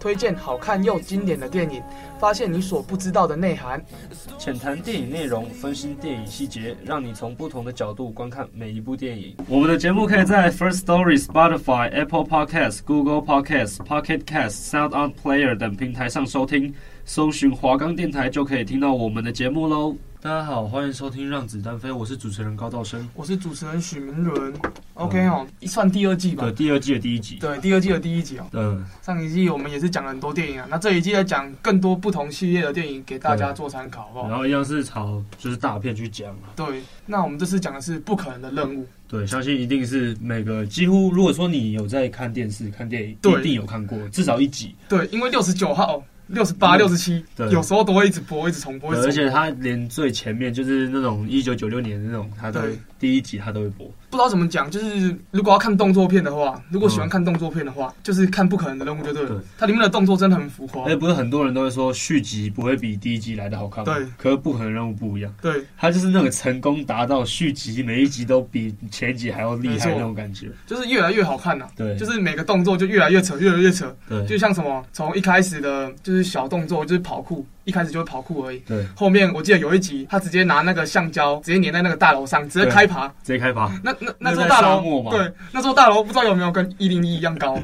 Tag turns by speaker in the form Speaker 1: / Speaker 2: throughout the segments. Speaker 1: 推荐好看又经典的电影，发现你所不知道的内涵。
Speaker 2: 浅谈电影内容，分析电影细节，让你从不同的角度观看每一部电影。我们的节目可以在 First Story、Spotify、Apple Podcasts、Google Podcasts、Pocket Casts、Sound On Player 等平台上收听，搜寻华冈电台就可以听到我们的节目喽。大家好，欢迎收听《让子弹飞》，我是主持人高道生
Speaker 1: 我是主持人许明伦，OK 哦，一算第二季吧
Speaker 2: 的。第二季的第一集。
Speaker 1: 对，第二季的第一集哦。
Speaker 2: 嗯，
Speaker 1: 上一季我们也是讲了很多电影啊，那这一季来讲更多不同系列的电影给大家做参考，好不
Speaker 2: 然
Speaker 1: 好？
Speaker 2: 后一样是朝就是大片去讲啊。
Speaker 1: 对，那我们这次讲的是《不可能的任务》。
Speaker 2: 对，相信一定是每个几乎，如果说你有在看电视、看电影，
Speaker 1: 对
Speaker 2: 一定有看过，至少一集。
Speaker 1: 对，因为六十九号、六十八、六十七
Speaker 2: 对，
Speaker 1: 有时候都会一直播，一直重播，
Speaker 2: 对
Speaker 1: 一直
Speaker 2: 而
Speaker 1: 重
Speaker 2: 且
Speaker 1: 播
Speaker 2: 他连最前面就是那种一九九六年的那种，他都
Speaker 1: 对
Speaker 2: 第一集他都会播。
Speaker 1: 不知道怎么讲，就是如果要看动作片的话，如果喜欢
Speaker 2: 嗯
Speaker 1: 看动作片的话，就是看《不可能的任务》就对了
Speaker 2: 对。
Speaker 1: 它里面的动作真的很浮夸
Speaker 2: 而，哎且不是很多人都会说续集不会比第一集来的好看吗？
Speaker 1: 对
Speaker 2: 可是不可能任务不一样，
Speaker 1: 对，
Speaker 2: 他就是那个成功达到续集每一集都比前一集还要厉害
Speaker 1: 没错
Speaker 2: 那种感觉。
Speaker 1: 就是越来越好看了、
Speaker 2: 对，
Speaker 1: 就是每个动作就越来越扯，越来越扯，就
Speaker 2: 对
Speaker 1: 像什么从一开始的就是小动作，就是跑酷，一开始就会跑酷而已。
Speaker 2: 对，
Speaker 1: 后面我记得有一集，他直接拿那个橡胶直接粘在那个大楼上，直接开爬。
Speaker 2: 直接开 罚。
Speaker 1: 那那
Speaker 2: 那
Speaker 1: 那
Speaker 2: 个
Speaker 1: 座
Speaker 2: 在
Speaker 1: 大
Speaker 2: 沙漠
Speaker 1: 楼
Speaker 2: 嘛，
Speaker 1: 对，那座大楼不知道有没有跟一零一一样 高，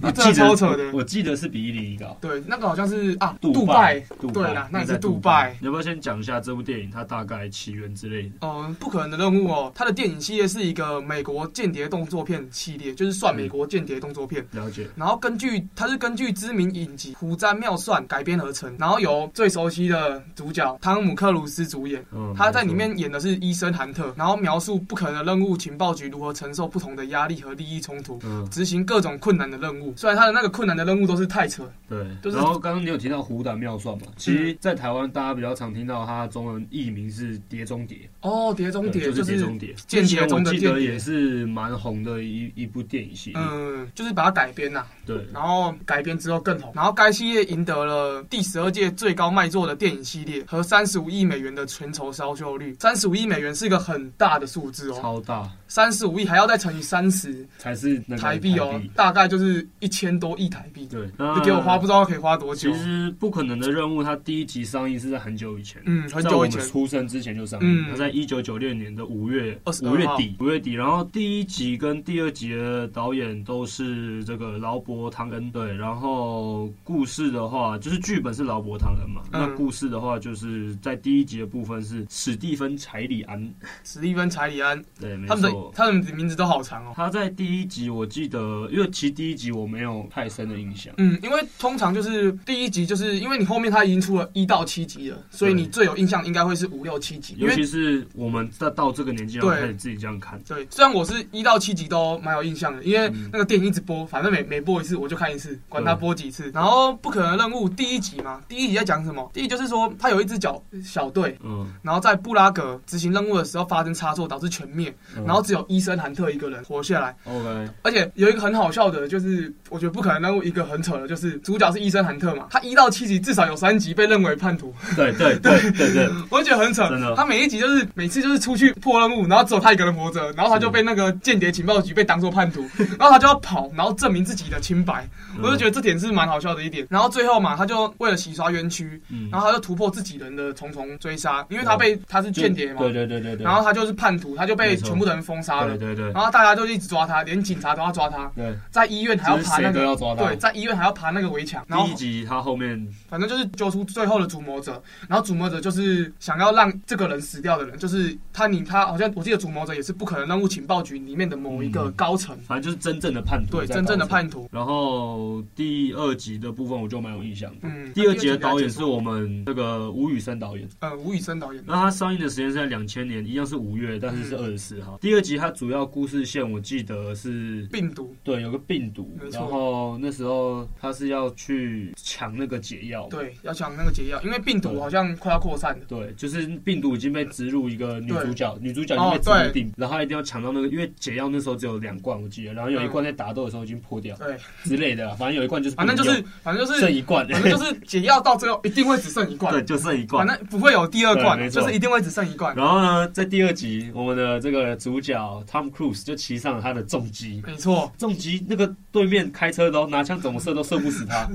Speaker 1: 那真的超扯的
Speaker 2: 啊我。我记得是比一零一高。
Speaker 1: 对，那个好像是啊，
Speaker 2: 杜
Speaker 1: 杜
Speaker 2: 拜
Speaker 1: 拜，，
Speaker 2: 杜
Speaker 1: 对啦，那也
Speaker 2: 在
Speaker 1: 是
Speaker 2: 杜
Speaker 1: 杜拜。。
Speaker 2: 你要不要先讲一下这部电影它大概起源之类的？
Speaker 1: 嗯，不可能的任务哦。它的电影系列是一个美国间谍动作片系列，就是算美国间谍动作片。
Speaker 2: 了解，
Speaker 1: 然后根据它是根据知名影集《虎簪妙算》改编而成，然后由最熟悉的主角汤姆克鲁斯主演。
Speaker 2: 嗯，
Speaker 1: 他在里
Speaker 2: 没
Speaker 1: 面演的是医生韩特，然后描述不可能的任务情报局如何承受不同的压力和利益冲
Speaker 2: 错，
Speaker 1: 突，
Speaker 2: 嗯，
Speaker 1: 执行各种困难的任务。虽然他的那个困难的任务都是太扯，
Speaker 2: 对。
Speaker 1: 就是嗯
Speaker 2: 然后刚刚你有提到虎胆妙算嘛？其实，在台湾大家比较常听到它中文译名是碟中谍，
Speaker 1: 哦，碟中谍
Speaker 2: 对就是
Speaker 1: 就
Speaker 2: 碟
Speaker 1: 是
Speaker 2: 中谍。
Speaker 1: 间谍中
Speaker 2: 之前我
Speaker 1: 的间
Speaker 2: 记得
Speaker 1: 谍
Speaker 2: 也是蛮红的一一部电影系列，
Speaker 1: 嗯，就是把它改编呐、
Speaker 2: 对，
Speaker 1: 然后改编之后更红，然后该系列赢得了第十二届最高卖座的电影系列和三十五亿美元的全球销售率。三十五亿美元是一个很大的数字哦，
Speaker 2: 超大
Speaker 1: 三十五亿还要再乘以三十
Speaker 2: 才是那个
Speaker 1: 台
Speaker 2: 台
Speaker 1: 币哦，大概就是一千多亿台币，
Speaker 2: 对，嗯
Speaker 1: 就给我花不知道可以花多久哦
Speaker 2: 其。实不可能的任务，它第一集上映是在很久以前，
Speaker 1: 嗯，很
Speaker 2: 在
Speaker 1: 久
Speaker 2: 我
Speaker 1: 以前
Speaker 2: 们，出生之前就上映，
Speaker 1: 嗯
Speaker 2: 它在一九九六年的五月
Speaker 1: 22
Speaker 2: 五月底五月底，然后第一集跟第二集的导演都是这个劳勃·汤恩，对，然后故事的话就是剧本是劳勃·汤恩嘛，
Speaker 1: 嗯
Speaker 2: 那故事的话就是在第一集的部分是史蒂芬·柴里安，
Speaker 1: 史蒂芬·柴里安，
Speaker 2: 对，没
Speaker 1: 他们的
Speaker 2: 错。
Speaker 1: 他们的名字都好长哦。
Speaker 2: 他在第一集，我记得，因为其实第一集我没有太深的印象，
Speaker 1: 嗯，因为通常就是第一集，就是因为你后面它已经出了一到七集了，所以你
Speaker 2: 对
Speaker 1: 最有印象应该会是五六七集，因
Speaker 2: 尤
Speaker 1: 为
Speaker 2: 其是我们在到这个年纪，然后
Speaker 1: 对
Speaker 2: 开始自己这样看，
Speaker 1: 对，虽然我是一到七集都蛮有印象的，因为那个电影一直播，反正每每播一次我就看一次，管它播几次。然后《不可能任务》第一集嘛，第一集在讲什么？第一就是说他有一支小小队，
Speaker 2: 嗯，
Speaker 1: 然后在布拉格执行任务的时候发生差错，导致全灭，
Speaker 2: 嗯
Speaker 1: 然后只有医生韩特一个人活下来。
Speaker 2: OK，
Speaker 1: 而且有一个很好笑的，就是我觉得《不可能任务》一个很扯的，就是主角是医生韩特嘛，他一到七集至少有三集被认为叛徒，
Speaker 2: 对对对对对，
Speaker 1: 我就觉得很扯
Speaker 2: 真的，
Speaker 1: 他每一集就是每次就是出去破任务，然后只有他一个人活着，然后他就被那个间谍情报局被当做叛 徒，然后他就要跑，然后证明自己的清白。
Speaker 2: 嗯
Speaker 1: 我就觉得这点是蛮好笑的一点。然后最后嘛，他就为了洗刷冤屈，
Speaker 2: 嗯
Speaker 1: 然后他就突破自己人的重重追杀，因为他被他是间谍嘛，
Speaker 2: 对对对对对，
Speaker 1: 然后他就是叛徒，他就
Speaker 2: 没
Speaker 1: 被
Speaker 2: 错
Speaker 1: 全部的人封杀了
Speaker 2: 对。对对
Speaker 1: 然后大家就一直抓他，连警察都要抓他，
Speaker 2: 对，
Speaker 1: 在医院还要
Speaker 2: 就是
Speaker 1: 爬那
Speaker 2: 谁都
Speaker 1: 个，
Speaker 2: 要抓他。
Speaker 1: 对，在医院还要爬那个围墙。然后
Speaker 2: 第一集他后面
Speaker 1: 反正就是揪出最后的主谋者，然后主谋者就是想要让这个人死掉的人，就是他你他好像我记得主谋者也是不可能任务情报局里面的某一个
Speaker 2: 嗯
Speaker 1: 高层，
Speaker 2: 反正就是真正的叛徒，
Speaker 1: 对，真正的。叛徒，
Speaker 2: 然后第二集的部分我就蛮有印象的。
Speaker 1: 嗯，
Speaker 2: 第二集的导演
Speaker 1: 他
Speaker 2: 是我嗯们这个吴宇森导演，
Speaker 1: 呃吴宇森导演，嗯
Speaker 2: 那他上映的时间是在两千年，一样是五月，但是是二十四号。第二集它主要故事线我记得是
Speaker 1: 病毒，
Speaker 2: 对，有个病毒
Speaker 1: 没，错
Speaker 2: 然后那时候他是要去抢那个解药嘛，
Speaker 1: 对，要抢那个解药，因为病毒
Speaker 2: 对
Speaker 1: 好像快要扩散了。
Speaker 2: 对，就是病毒已经被植入一个女主角，女主角已经
Speaker 1: 哦
Speaker 2: 被植入
Speaker 1: 对
Speaker 2: 病，然后她一定要抢到那个，因为解药那时候只有两罐，我记得，然后有一
Speaker 1: 嗯
Speaker 2: 罐在打斗的时候已经破掉
Speaker 1: 对，
Speaker 2: 之类的啦，啊反正嗯有一罐就是不
Speaker 1: 反
Speaker 2: 能
Speaker 1: 正就
Speaker 2: 用，
Speaker 1: 是，反正就
Speaker 2: 剩
Speaker 1: 是，
Speaker 2: 一罐，
Speaker 1: 反正就是解药到最后一定会只剩一 罐
Speaker 2: 对，，就剩一罐。
Speaker 1: 反正不会有第二
Speaker 2: 对没
Speaker 1: 罐，
Speaker 2: 错
Speaker 1: 就是一定会只剩一罐。
Speaker 2: 然后呢，在第二集，我们的这个主角 Tom Cruise 就骑上了他的重机，
Speaker 1: 没错，
Speaker 2: 重击那个对面开车的哦，拿枪怎么射都射不死 他，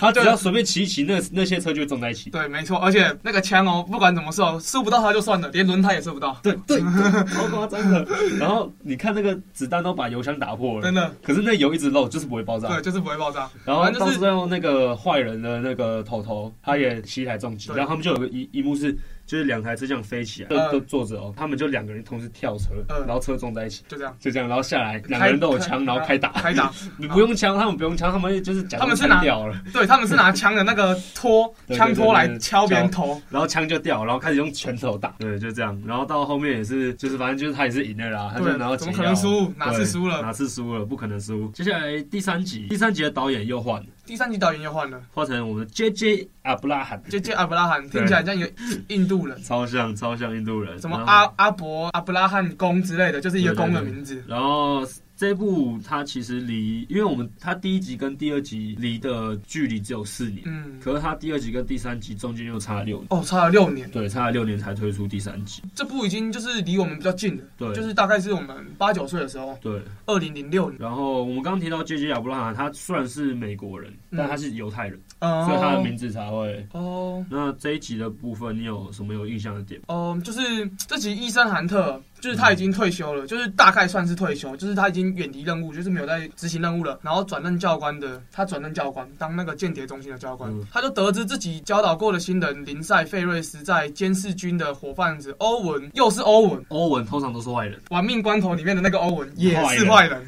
Speaker 2: 他只要随便骑一骑，那那些车就会撞在一起。
Speaker 1: 对，没错，而且那个枪哦，不管怎么射哦，射不到它就算了，连轮胎也射不到，
Speaker 2: 对 对，对超夸张的。然后你看那个子弹都把油箱打破
Speaker 1: 真
Speaker 2: 了，
Speaker 1: 的，
Speaker 2: 可是那油一直漏，就是不会爆炸
Speaker 1: 对，。就是不会爆炸。
Speaker 2: 然后
Speaker 1: 反正
Speaker 2: 到
Speaker 1: 就是
Speaker 2: 最后那个坏人的那个头头，他也骑台重机，
Speaker 1: 对
Speaker 2: 然后他们就有个一一幕是。就是两台车这样飞起来，
Speaker 1: 嗯
Speaker 2: 都都坐着哦，他们就两个人同时跳车，
Speaker 1: 嗯
Speaker 2: 然后车撞在一起，
Speaker 1: 就这样，
Speaker 2: 就这样，然后下来两个人都有枪，然后开打。
Speaker 1: 开打。
Speaker 2: 你不用枪，他们不用枪，他们就是假
Speaker 1: 他
Speaker 2: 装
Speaker 1: 们是
Speaker 2: 枪
Speaker 1: 拿
Speaker 2: 掉了，
Speaker 1: 对他们是拿枪的那个托
Speaker 2: 对对对
Speaker 1: 枪托来敲别人
Speaker 2: 敲
Speaker 1: 头，
Speaker 2: 然后枪就掉，然后开始用拳头打，对，就这样。然后到后面也是，就是反正就是他也是赢了啦，他就
Speaker 1: 对
Speaker 2: 拿到
Speaker 1: 怎么
Speaker 2: 解
Speaker 1: 可
Speaker 2: 药
Speaker 1: 能输哪次
Speaker 2: 对
Speaker 1: 输了
Speaker 2: 哪次输了？不可能输。接下来第三集，第三集的导演又换了，
Speaker 1: 第三集导演又换了
Speaker 2: 换成我们的 J J 阿布拉罕，
Speaker 1: ，J J 阿布拉罕，
Speaker 2: 对
Speaker 1: 听起来像一个印度人，
Speaker 2: 超像超像印度人，
Speaker 1: 什么
Speaker 2: 然后
Speaker 1: 阿阿伯阿布拉罕公之类的，就是一个公的名字。
Speaker 2: 然后这部它其实离，因为我们它第一集跟第二集离的距离只有四年，
Speaker 1: 嗯，
Speaker 2: 可是它第二集跟第三集中间又差了六年，
Speaker 1: 哦，差了六年，
Speaker 2: 对，差了六年才推出第三集，
Speaker 1: 这部已经就是离我们比较近了，
Speaker 2: 对
Speaker 1: 就是大概是我们八九岁的时候，
Speaker 2: 对。
Speaker 1: 二零零六年，
Speaker 2: 然后我们刚刚提到 J J 亚布拉罕，他虽然是美国人，
Speaker 1: 嗯
Speaker 2: 但他是犹太人，
Speaker 1: 嗯，
Speaker 2: 所以他的名字才会。
Speaker 1: 哦
Speaker 2: 那这一集的部分，你有什么有印象的点？
Speaker 1: 哦，就是这集伊森韩特。就是他已经退休了，就是大概算是退休，就是他已经远离任务，就是没有在执行任务了。然后转任教官的，他转任教官，当那个间谍中心的教官，
Speaker 2: 嗯
Speaker 1: 他就得知自己教导过的新人林赛·费瑞斯在监视军的伙伴子欧文，又是欧文，
Speaker 2: 欧文通常都是坏人，
Speaker 1: 《玩命关头》里面的那个欧文也是坏人。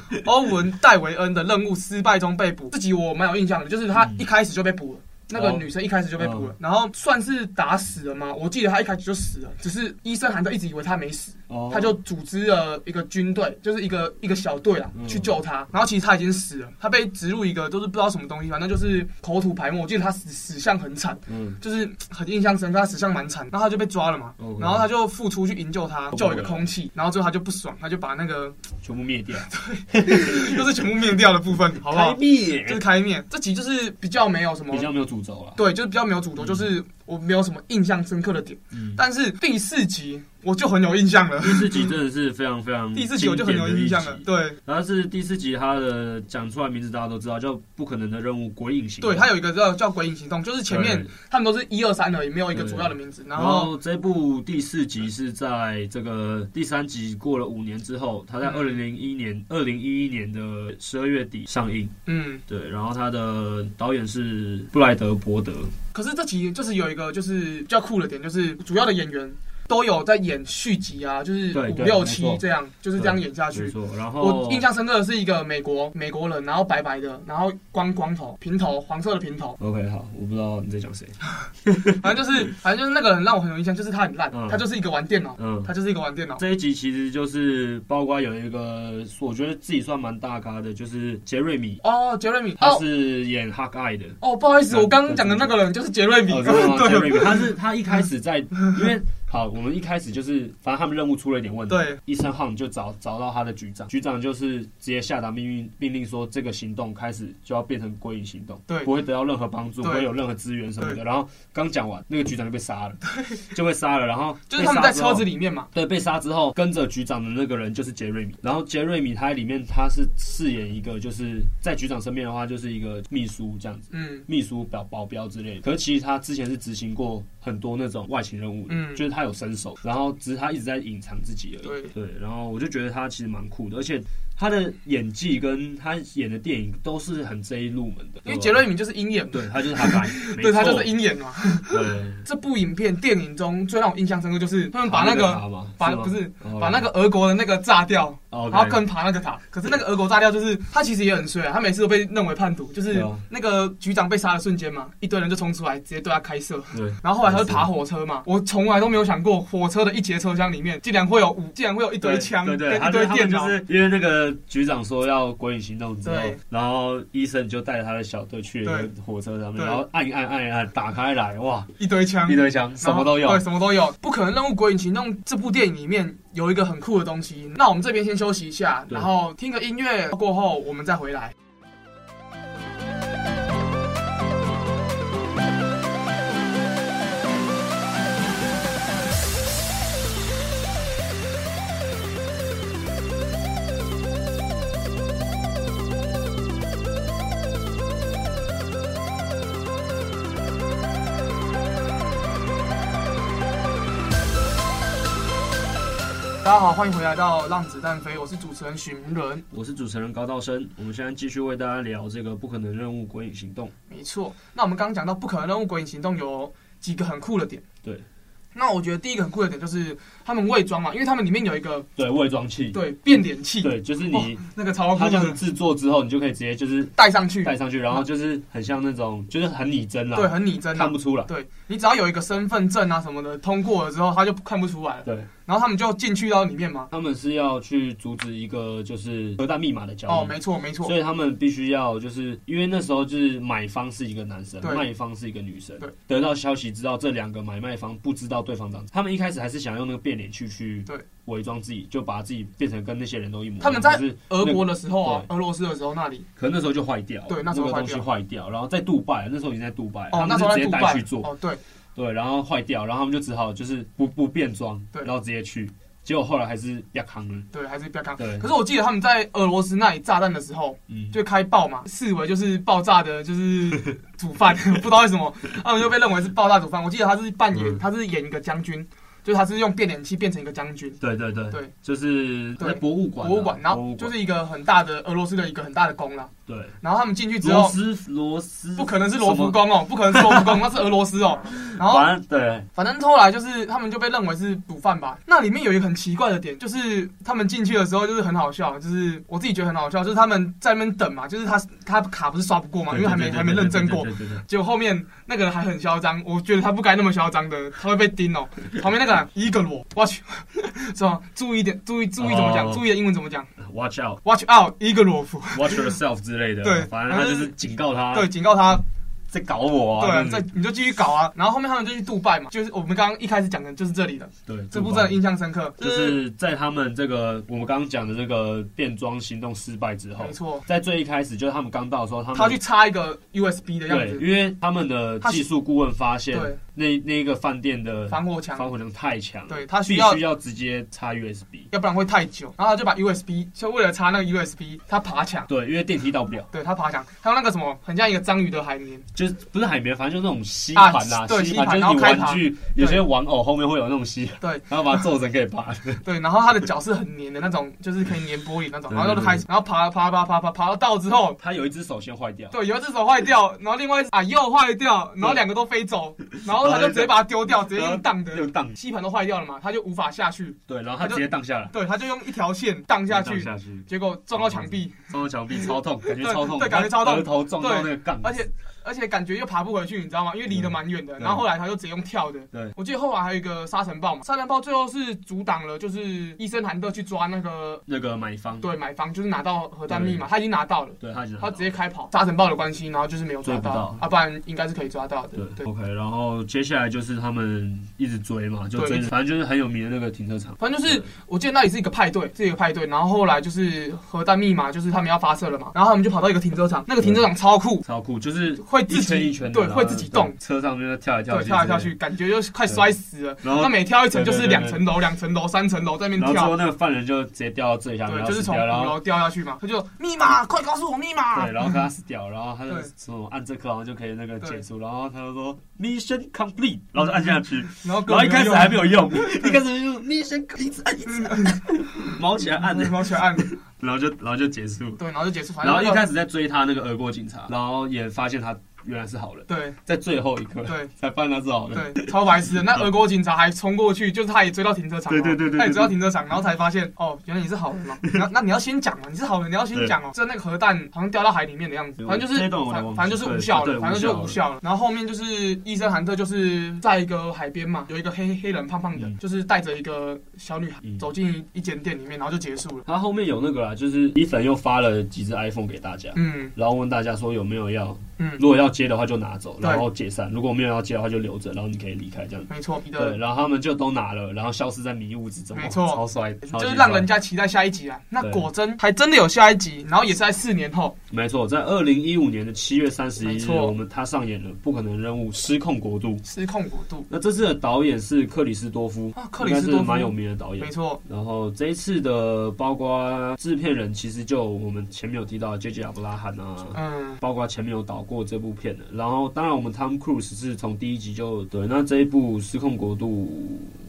Speaker 1: 欧文戴维恩的任务失败中被捕，这集我蛮有印象的，就是他
Speaker 2: 嗯
Speaker 1: 一开始就被捕了。那个女生一开始就被捕了，然后算是打死了吗？我记得她一开始就死了，只是医生韩特一直以为她没死，
Speaker 2: 哦
Speaker 1: 他就组织了一个军队，就是一个一个小队啊，
Speaker 2: 嗯
Speaker 1: 去救他。然后其实他已经死了，他被植入一个就是不知道什么东西，反正就是口吐白沫。我记得他死死相很惨，
Speaker 2: 嗯
Speaker 1: 就是很印象深刻，他死相蛮惨，然后他就被抓了嘛
Speaker 2: OK Oh
Speaker 1: 然后他就付出去营救他，救一个空气，然后最后他就不爽，他就把那个
Speaker 2: 全部灭掉，
Speaker 1: 就是全部灭掉的部分，好不好？
Speaker 2: 灭
Speaker 1: 就是开面，这集就是比较没有什么
Speaker 2: 比，较没有主轴了。
Speaker 1: 对，就是比较没有主轴，就是我没有什么印象深刻的点。
Speaker 2: 嗯，
Speaker 1: 但是第四集我就很有印象了，
Speaker 2: 第四集真的是非常非常
Speaker 1: 第四集我就很有印象了
Speaker 2: 经典的，一集。
Speaker 1: 对。
Speaker 2: 然后是第四集，它的讲出来名字大家都知道，叫《不可能的任务：鬼影行动》。
Speaker 1: 对，它有一个叫叫《鬼影行动》，就是前面
Speaker 2: 对
Speaker 1: 他们都是一二三而已，没有一个主要的名字。然
Speaker 2: 然
Speaker 1: 后
Speaker 2: 后这部第四集是在这个第三集过了五年之后，它在二
Speaker 1: 嗯
Speaker 2: 零零一年二零一一年的十二月底上映。
Speaker 1: 嗯，
Speaker 2: 对，然后它的导演是布莱德伯德。
Speaker 1: 可是这集就是有一个就是比较酷的点，就是主要的演员都有在演续集啊，就是
Speaker 2: 对
Speaker 1: 五
Speaker 2: 对
Speaker 1: 六
Speaker 2: 没错
Speaker 1: 七这样，就是这样演下
Speaker 2: 没
Speaker 1: 去。
Speaker 2: 错，然后，
Speaker 1: 我印象深刻的是一个美国美国人，然后白白的，然后光光头，平头，黄色的平头
Speaker 2: OK 好，我不知道你在讲谁。
Speaker 1: 反正就是反正就是那个人让我很有印象，就是他很烂
Speaker 2: 嗯，
Speaker 1: 他就是一个玩电脑，
Speaker 2: 嗯，
Speaker 1: 他就是一个玩电脑。
Speaker 2: 这一集其实就是包括有一个，我觉得自己算蛮大咖的，就是杰瑞米，
Speaker 1: 哦，Jeremy，
Speaker 2: 他
Speaker 1: 哦
Speaker 2: 是演《h u c Eye》的。
Speaker 1: 哦，不好意思，
Speaker 2: 对
Speaker 1: 我刚刚讲的那个人就是杰瑞米，
Speaker 2: 哦，知道吗杰 瑞
Speaker 1: 对
Speaker 2: 米，他是他一开始在，因为好，我们一开始就是，反正他们任务出了一点问题，
Speaker 1: 对，
Speaker 2: 医生汉就找找到他的局长，局长就是直接下达命令命令说，这个行动开始就要变成归隐行动，
Speaker 1: 对
Speaker 2: 不会得到任何帮助，不
Speaker 1: 对
Speaker 2: 会有任何资源什么的。然后刚讲完，那个局长就被杀了，就被杀了。然后
Speaker 1: 就是他们在
Speaker 2: 被杀之后
Speaker 1: 车子里面嘛，
Speaker 2: 对，被杀之后，跟着局长的那个人就是杰瑞米。然后杰瑞米他里面他是饰演一个，就是在局长身边的话，就是一个秘书这样子，
Speaker 1: 嗯。
Speaker 2: 秘书保保镖之类的。可是其实他之前是执行过很多那种外勤任务的，
Speaker 1: 嗯
Speaker 2: 就是他有身手，然后只是他一直在隐藏自己而已。
Speaker 1: 对
Speaker 2: 对，然后我就觉得他其实蛮酷的，而且他的演技跟他演的电影都是很这一入门的，
Speaker 1: 因
Speaker 2: 对
Speaker 1: 为
Speaker 2: 吧
Speaker 1: 杰瑞米就是鹰眼嘛，
Speaker 2: 对他就是他干，没
Speaker 1: 对，他就
Speaker 2: 错
Speaker 1: 是鹰眼嘛。
Speaker 2: 对，
Speaker 1: 这部影片电影中最让我印象深刻就是他们把那个
Speaker 2: 爬嘛
Speaker 1: 把
Speaker 2: 吗
Speaker 1: 不是
Speaker 2: 哦
Speaker 1: 把那个俄国的那个炸掉，
Speaker 2: 哦，
Speaker 1: 然后跟爬那个塔。可是那个俄国炸掉就是他其实也很衰啊，他每次都被认为叛徒，就
Speaker 2: 对
Speaker 1: 是
Speaker 2: 啊
Speaker 1: 那个局长被杀的瞬间嘛，一堆人就冲出来直接对他开 射。
Speaker 2: 对，
Speaker 1: 然后后来他就爬火车嘛，我从来都没有想过火车的一节车厢里面竟然会有五，竟然会有一 堆枪
Speaker 2: 对
Speaker 1: 跟
Speaker 2: 对，
Speaker 1: 一
Speaker 2: 他
Speaker 1: 堆
Speaker 2: 对
Speaker 1: 电
Speaker 2: 就
Speaker 1: 脑。
Speaker 2: 是因为那个局长说要鬼影行动之后
Speaker 1: 对，
Speaker 2: 然后医生就带着他的小队去了一个火车上面，
Speaker 1: 对
Speaker 2: 然后按一按按一按，打开来，哇，
Speaker 1: 一堆枪
Speaker 2: 一，堆枪，什
Speaker 1: 然后
Speaker 2: 么都有
Speaker 1: 对，，什么都有。不可能任务鬼影行动这部电影里面有一个很酷的东西，那我们这边先休息一下，
Speaker 2: 对
Speaker 1: 然后听个音乐过后，我们再回来。大家好，欢迎回来到《让子弹飞》，我是主持人许明伦。
Speaker 2: 我是主持人高道生，我们现在继续为大家聊这个不可能任务鬼影行动。
Speaker 1: 没错，那我们刚刚讲到《不可能任务：鬼影行动》有几个很酷的点。
Speaker 2: 对。
Speaker 1: 那我觉得第一个很酷的点就是他们伪装嘛，因为他们里面有一个
Speaker 2: 对，伪装器，
Speaker 1: 对哦变脸器，
Speaker 2: 对，就是你，
Speaker 1: 那个超酷
Speaker 2: 它就是
Speaker 1: 的，
Speaker 2: 制作之后，你就可以直接就是
Speaker 1: 戴上去，
Speaker 2: 戴上去，然后就是很像那种，就是很拟真啦，
Speaker 1: 对，很拟真啊
Speaker 2: 看不出来，
Speaker 1: 对你只要有一个身份证啊什么的通过了之后，他就看不出来了。
Speaker 2: 对。
Speaker 1: 然后他们就进去到里面嘛。
Speaker 2: 他们是要去阻止一个就是核弹密码的交易。
Speaker 1: 哦，没错没错，
Speaker 2: 嗯所以他们必须要，就是因为那时候就是买方是一个男生，
Speaker 1: 对
Speaker 2: 卖方是一个女生
Speaker 1: 对。
Speaker 2: 得到消息知道这两个买卖方不知道对方长，他们一开始还是想用那个变脸去去
Speaker 1: 对
Speaker 2: 伪装自己，就把自己变成跟那些人都一模一样。
Speaker 1: 他们在
Speaker 2: 可是
Speaker 1: 俄国的时候啊，俄罗斯的时候那里
Speaker 2: 可能那时候就坏掉了，
Speaker 1: 对那时候
Speaker 2: 个
Speaker 1: 坏
Speaker 2: 东
Speaker 1: 掉
Speaker 2: 西坏掉，然后在杜拜，那时候已经在杜拜，
Speaker 1: 哦
Speaker 2: 他，们
Speaker 1: 那时
Speaker 2: 就直
Speaker 1: 候在
Speaker 2: 接
Speaker 1: 杜
Speaker 2: 带
Speaker 1: 拜
Speaker 2: 去做，
Speaker 1: 哦，对
Speaker 2: 对，然后坏掉，然后他们就只好就是不不变装，
Speaker 1: 对
Speaker 2: 然后直接去，结果后来还是亚康了，
Speaker 1: 对，还是不要看。
Speaker 2: 对
Speaker 1: 可，是我记得他们在俄罗斯那里炸弹的时候，
Speaker 2: 嗯，
Speaker 1: 就开爆嘛，视为就是爆炸的，就是主犯，不知道为什么他们就被认为是爆炸主犯。我记得他是扮演，
Speaker 2: 嗯
Speaker 1: 他是演一个将军，就是他是用变脸器变成一个将军。
Speaker 2: 对对对
Speaker 1: 对，
Speaker 2: 就是
Speaker 1: 对
Speaker 2: 在博物馆
Speaker 1: 博
Speaker 2: 啊，
Speaker 1: 物馆，然
Speaker 2: 博
Speaker 1: 后
Speaker 2: 物
Speaker 1: 就
Speaker 2: 馆
Speaker 1: 是一个很大的俄罗斯的一个很大的宫啦。
Speaker 2: 对。
Speaker 1: 然后他们进去之
Speaker 2: 罗
Speaker 1: 后，
Speaker 2: 斯罗斯
Speaker 1: 不可能是罗浮
Speaker 2: 什么，
Speaker 1: 宫哦，不可能是罗浮宫，那是俄罗斯哦。然后
Speaker 2: 反正对
Speaker 1: 反正后来就是他们就被认为是主犯吧。那里面有一个很奇怪的点，就是他们进去的时候就是很好笑，就是我自己觉得很好笑，就是他们在那边等嘛，就是他他卡不是刷不过嘛，
Speaker 2: 对，
Speaker 1: 因为还没
Speaker 2: 对
Speaker 1: 还没认证过，
Speaker 2: 对对对对对
Speaker 1: 结果后面那个人还很嚣张，我觉得他不该那么嚣张的，他会被盯 哦。旁边那个人一个裸，watch，是 吧？注意一点，注意注意怎么讲
Speaker 2: 哦
Speaker 1: 注意的英文怎么讲
Speaker 2: 对，watch out
Speaker 1: ？watch out，一个裸 夫。
Speaker 2: watch yourself 之类的，
Speaker 1: 对
Speaker 2: 反正他就是警告他，
Speaker 1: 对，警告他，
Speaker 2: 在搞我啊，
Speaker 1: 对，
Speaker 2: 这样
Speaker 1: 再
Speaker 2: 子
Speaker 1: 你就继续搞啊。然后后面他们就去杜拜嘛，就是我们刚刚一开始讲的就是这里的，
Speaker 2: 对，
Speaker 1: 这部
Speaker 2: 杜
Speaker 1: 真
Speaker 2: 拜
Speaker 1: 的印象深刻，
Speaker 2: 就。是在他们这个我们刚刚讲的这个变装行动失败之后
Speaker 1: 嗯没，错，
Speaker 2: 在最一开始就是他们刚到的时候，他们
Speaker 1: 他去插一个 USB 的样
Speaker 2: 对，
Speaker 1: 子，
Speaker 2: 因为他们的技术顾问发现
Speaker 1: 对，
Speaker 2: 那那一个饭店的
Speaker 1: 防火墙，
Speaker 2: 防火墙太强，，
Speaker 1: 对他需
Speaker 2: 必
Speaker 1: 要
Speaker 2: 须，要直接插 USB，
Speaker 1: 要不然会太久。然后他就把 USB，就为了插那个 USB，他爬墙，
Speaker 2: 对，因为电梯到不了，
Speaker 1: 对他爬墙，还有那个什么，很像一个章鱼的海绵，
Speaker 2: 就是不是海绵，反正就是那种吸盘
Speaker 1: 啊
Speaker 2: 呐，
Speaker 1: 对
Speaker 2: 吸
Speaker 1: 吸盘
Speaker 2: 就
Speaker 1: 然
Speaker 2: 是
Speaker 1: 后
Speaker 2: 你
Speaker 1: 开
Speaker 2: 玩具有些玩偶后面会有那种吸，
Speaker 1: 对，
Speaker 2: 然后把它做成可以拔，
Speaker 1: 对，然后他的脚是很黏的那种，就是可以黏玻璃那种，
Speaker 2: 对
Speaker 1: 然后就开始，然后爬爬爬爬爬爬到道之后，
Speaker 2: 他有一只手先坏掉，
Speaker 1: 对，有一只手坏掉，然后另外一只啊又坏掉，然后两个都飞走，然后他就直接把它丢掉，直接用荡的，
Speaker 2: 用荡，
Speaker 1: 吸盘都坏掉了嘛，他就无法下去，
Speaker 2: 对，然后他直接荡下来，
Speaker 1: 对，他就用一条线荡下
Speaker 2: 荡
Speaker 1: 去，
Speaker 2: 下哦去，
Speaker 1: 结果撞到墙壁，
Speaker 2: 撞到墙壁超痛，感觉
Speaker 1: 对
Speaker 2: 超痛，
Speaker 1: 对感觉超痛
Speaker 2: 额头撞到那个杠，
Speaker 1: 而且而且感觉又爬不回去，你知道吗？因为离得蛮远的。
Speaker 2: 对
Speaker 1: 然后后来他就直接用跳的。
Speaker 2: 对，
Speaker 1: 我记得后来还有一个沙尘暴嘛，沙尘暴最后是阻挡了，就是医生韩德去抓那个
Speaker 2: 那个买方，
Speaker 1: 对买方，就是拿到核弹
Speaker 2: 对
Speaker 1: 密码，他已经拿到了。
Speaker 2: 对，他已经拿
Speaker 1: 他
Speaker 2: 到
Speaker 1: 直接开跑，沙尘暴的关系，然后就是没有抓
Speaker 2: 追不
Speaker 1: 到
Speaker 2: 到，
Speaker 1: 啊，不然应该是可以抓到的。对
Speaker 2: 对，，OK，然后接下来就是他们一直追嘛，就
Speaker 1: 对
Speaker 2: 追
Speaker 1: 一直，
Speaker 2: 反正就是很有名的那个停车场。
Speaker 1: 反正就是我记得那里是一个派对，是一个派对，然后后来就是核弹密码，就是他们要发射了嘛，然后他们就跑到一个停车场，那个停车场超酷，
Speaker 2: 超酷，就是
Speaker 1: 会自
Speaker 2: 一圈
Speaker 1: 己
Speaker 2: 一圈的，
Speaker 1: 对，
Speaker 2: 然后
Speaker 1: 会自己动
Speaker 2: 对，车上面跳来跳
Speaker 1: 对，
Speaker 2: 去，
Speaker 1: 跳来跳去，，感觉就是快摔死了。
Speaker 2: 然后
Speaker 1: 那每跳一层就是
Speaker 2: 对对对
Speaker 1: 两层楼、两层楼、三层楼在那
Speaker 2: 然
Speaker 1: 边
Speaker 2: 后之后
Speaker 1: 跳，
Speaker 2: 那个犯人就直接掉到最下面，
Speaker 1: 对，
Speaker 2: 然后
Speaker 1: 就是
Speaker 2: 死
Speaker 1: 从
Speaker 2: 掉然
Speaker 1: 五
Speaker 2: 后
Speaker 1: 楼掉下去嘛，他就密码，快告诉我密码
Speaker 2: 对，。然后看他死掉，然后他就
Speaker 1: 啊对
Speaker 2: 什么按这颗然后就可以那个
Speaker 1: 对
Speaker 2: 解除，然后他就说 mission complete，然后就按
Speaker 1: 嗯
Speaker 2: 下 去，
Speaker 1: 然后
Speaker 2: 然后一开始还没
Speaker 1: 有
Speaker 2: 有用，一开始就 mission complete，一直按一直按，毛起来按的，
Speaker 1: 猫起来按，
Speaker 2: 然后就然后就结束。
Speaker 1: 对，然后就结束。反
Speaker 2: 然
Speaker 1: 正
Speaker 2: 后一
Speaker 1: 那个
Speaker 2: 开始在追他那个俄国警察，然后也发现他原来是好人，
Speaker 1: 对
Speaker 2: 在最后一刻
Speaker 1: 对
Speaker 2: 才发现他是好人。
Speaker 1: 对，超白痴的。那俄国警察还冲过去，就是他也追到停车场哦，
Speaker 2: 对对对对对嗯
Speaker 1: 他也追到停车场，然后才发现哦，原来你是好人哦。那那你要先讲嘛，你是好人，你要先讲哦。这那个核弹好像掉到海里面的样子，
Speaker 2: 对
Speaker 1: 反正就是
Speaker 2: 这一段我来
Speaker 1: 反
Speaker 2: 忘记
Speaker 1: 反正就是无效
Speaker 2: 对对
Speaker 1: 了，反正就
Speaker 2: 无
Speaker 1: 无
Speaker 2: 效
Speaker 1: 效了。然后后面就是伊森韩特就是在一个海边嘛，有一个黑黑人胖胖的
Speaker 2: 嗯，
Speaker 1: 就是带着一个小女孩
Speaker 2: 嗯
Speaker 1: 走进一间店里面，然后就结束了。
Speaker 2: 他后面有那个啦，就是伊粉又发了几只 iPhone 给大家，
Speaker 1: 嗯
Speaker 2: 然后问大家说有没有要，
Speaker 1: 嗯，
Speaker 2: 如果要接的话就拿走，
Speaker 1: 对
Speaker 2: 然后解散；如果没有要接的话就留着，然后你可以离开这样。
Speaker 1: 没错，你的
Speaker 2: 对，然后他们就都拿了，然后消失在迷雾之中，
Speaker 1: 没错
Speaker 2: 哇超帅，超
Speaker 1: 就
Speaker 2: 级
Speaker 1: 是
Speaker 2: 帅
Speaker 1: 让人家期待下一集啊。那
Speaker 2: 对
Speaker 1: 果真还真的有下一集，然后也是在四年后。
Speaker 2: 没错，在二零一五年的七月三十一
Speaker 1: 没
Speaker 2: 日，
Speaker 1: 错
Speaker 2: 我们他上演了《不可能任务：失控国度》。
Speaker 1: 失控国度
Speaker 2: 那这次的导演是克里斯多夫，
Speaker 1: 啊，克里斯
Speaker 2: 应
Speaker 1: 多
Speaker 2: 该是
Speaker 1: 夫
Speaker 2: 蛮有名的导演
Speaker 1: 没。错，
Speaker 2: 然后这一次的包括制片人，其实就我们前面有提到 J.J. 阿布拉罕啊，
Speaker 1: 嗯，
Speaker 2: 包括前面有导过这部片的。然后当然我们 Tom Cruise 是从第一集就对，那这一部《失控国度》，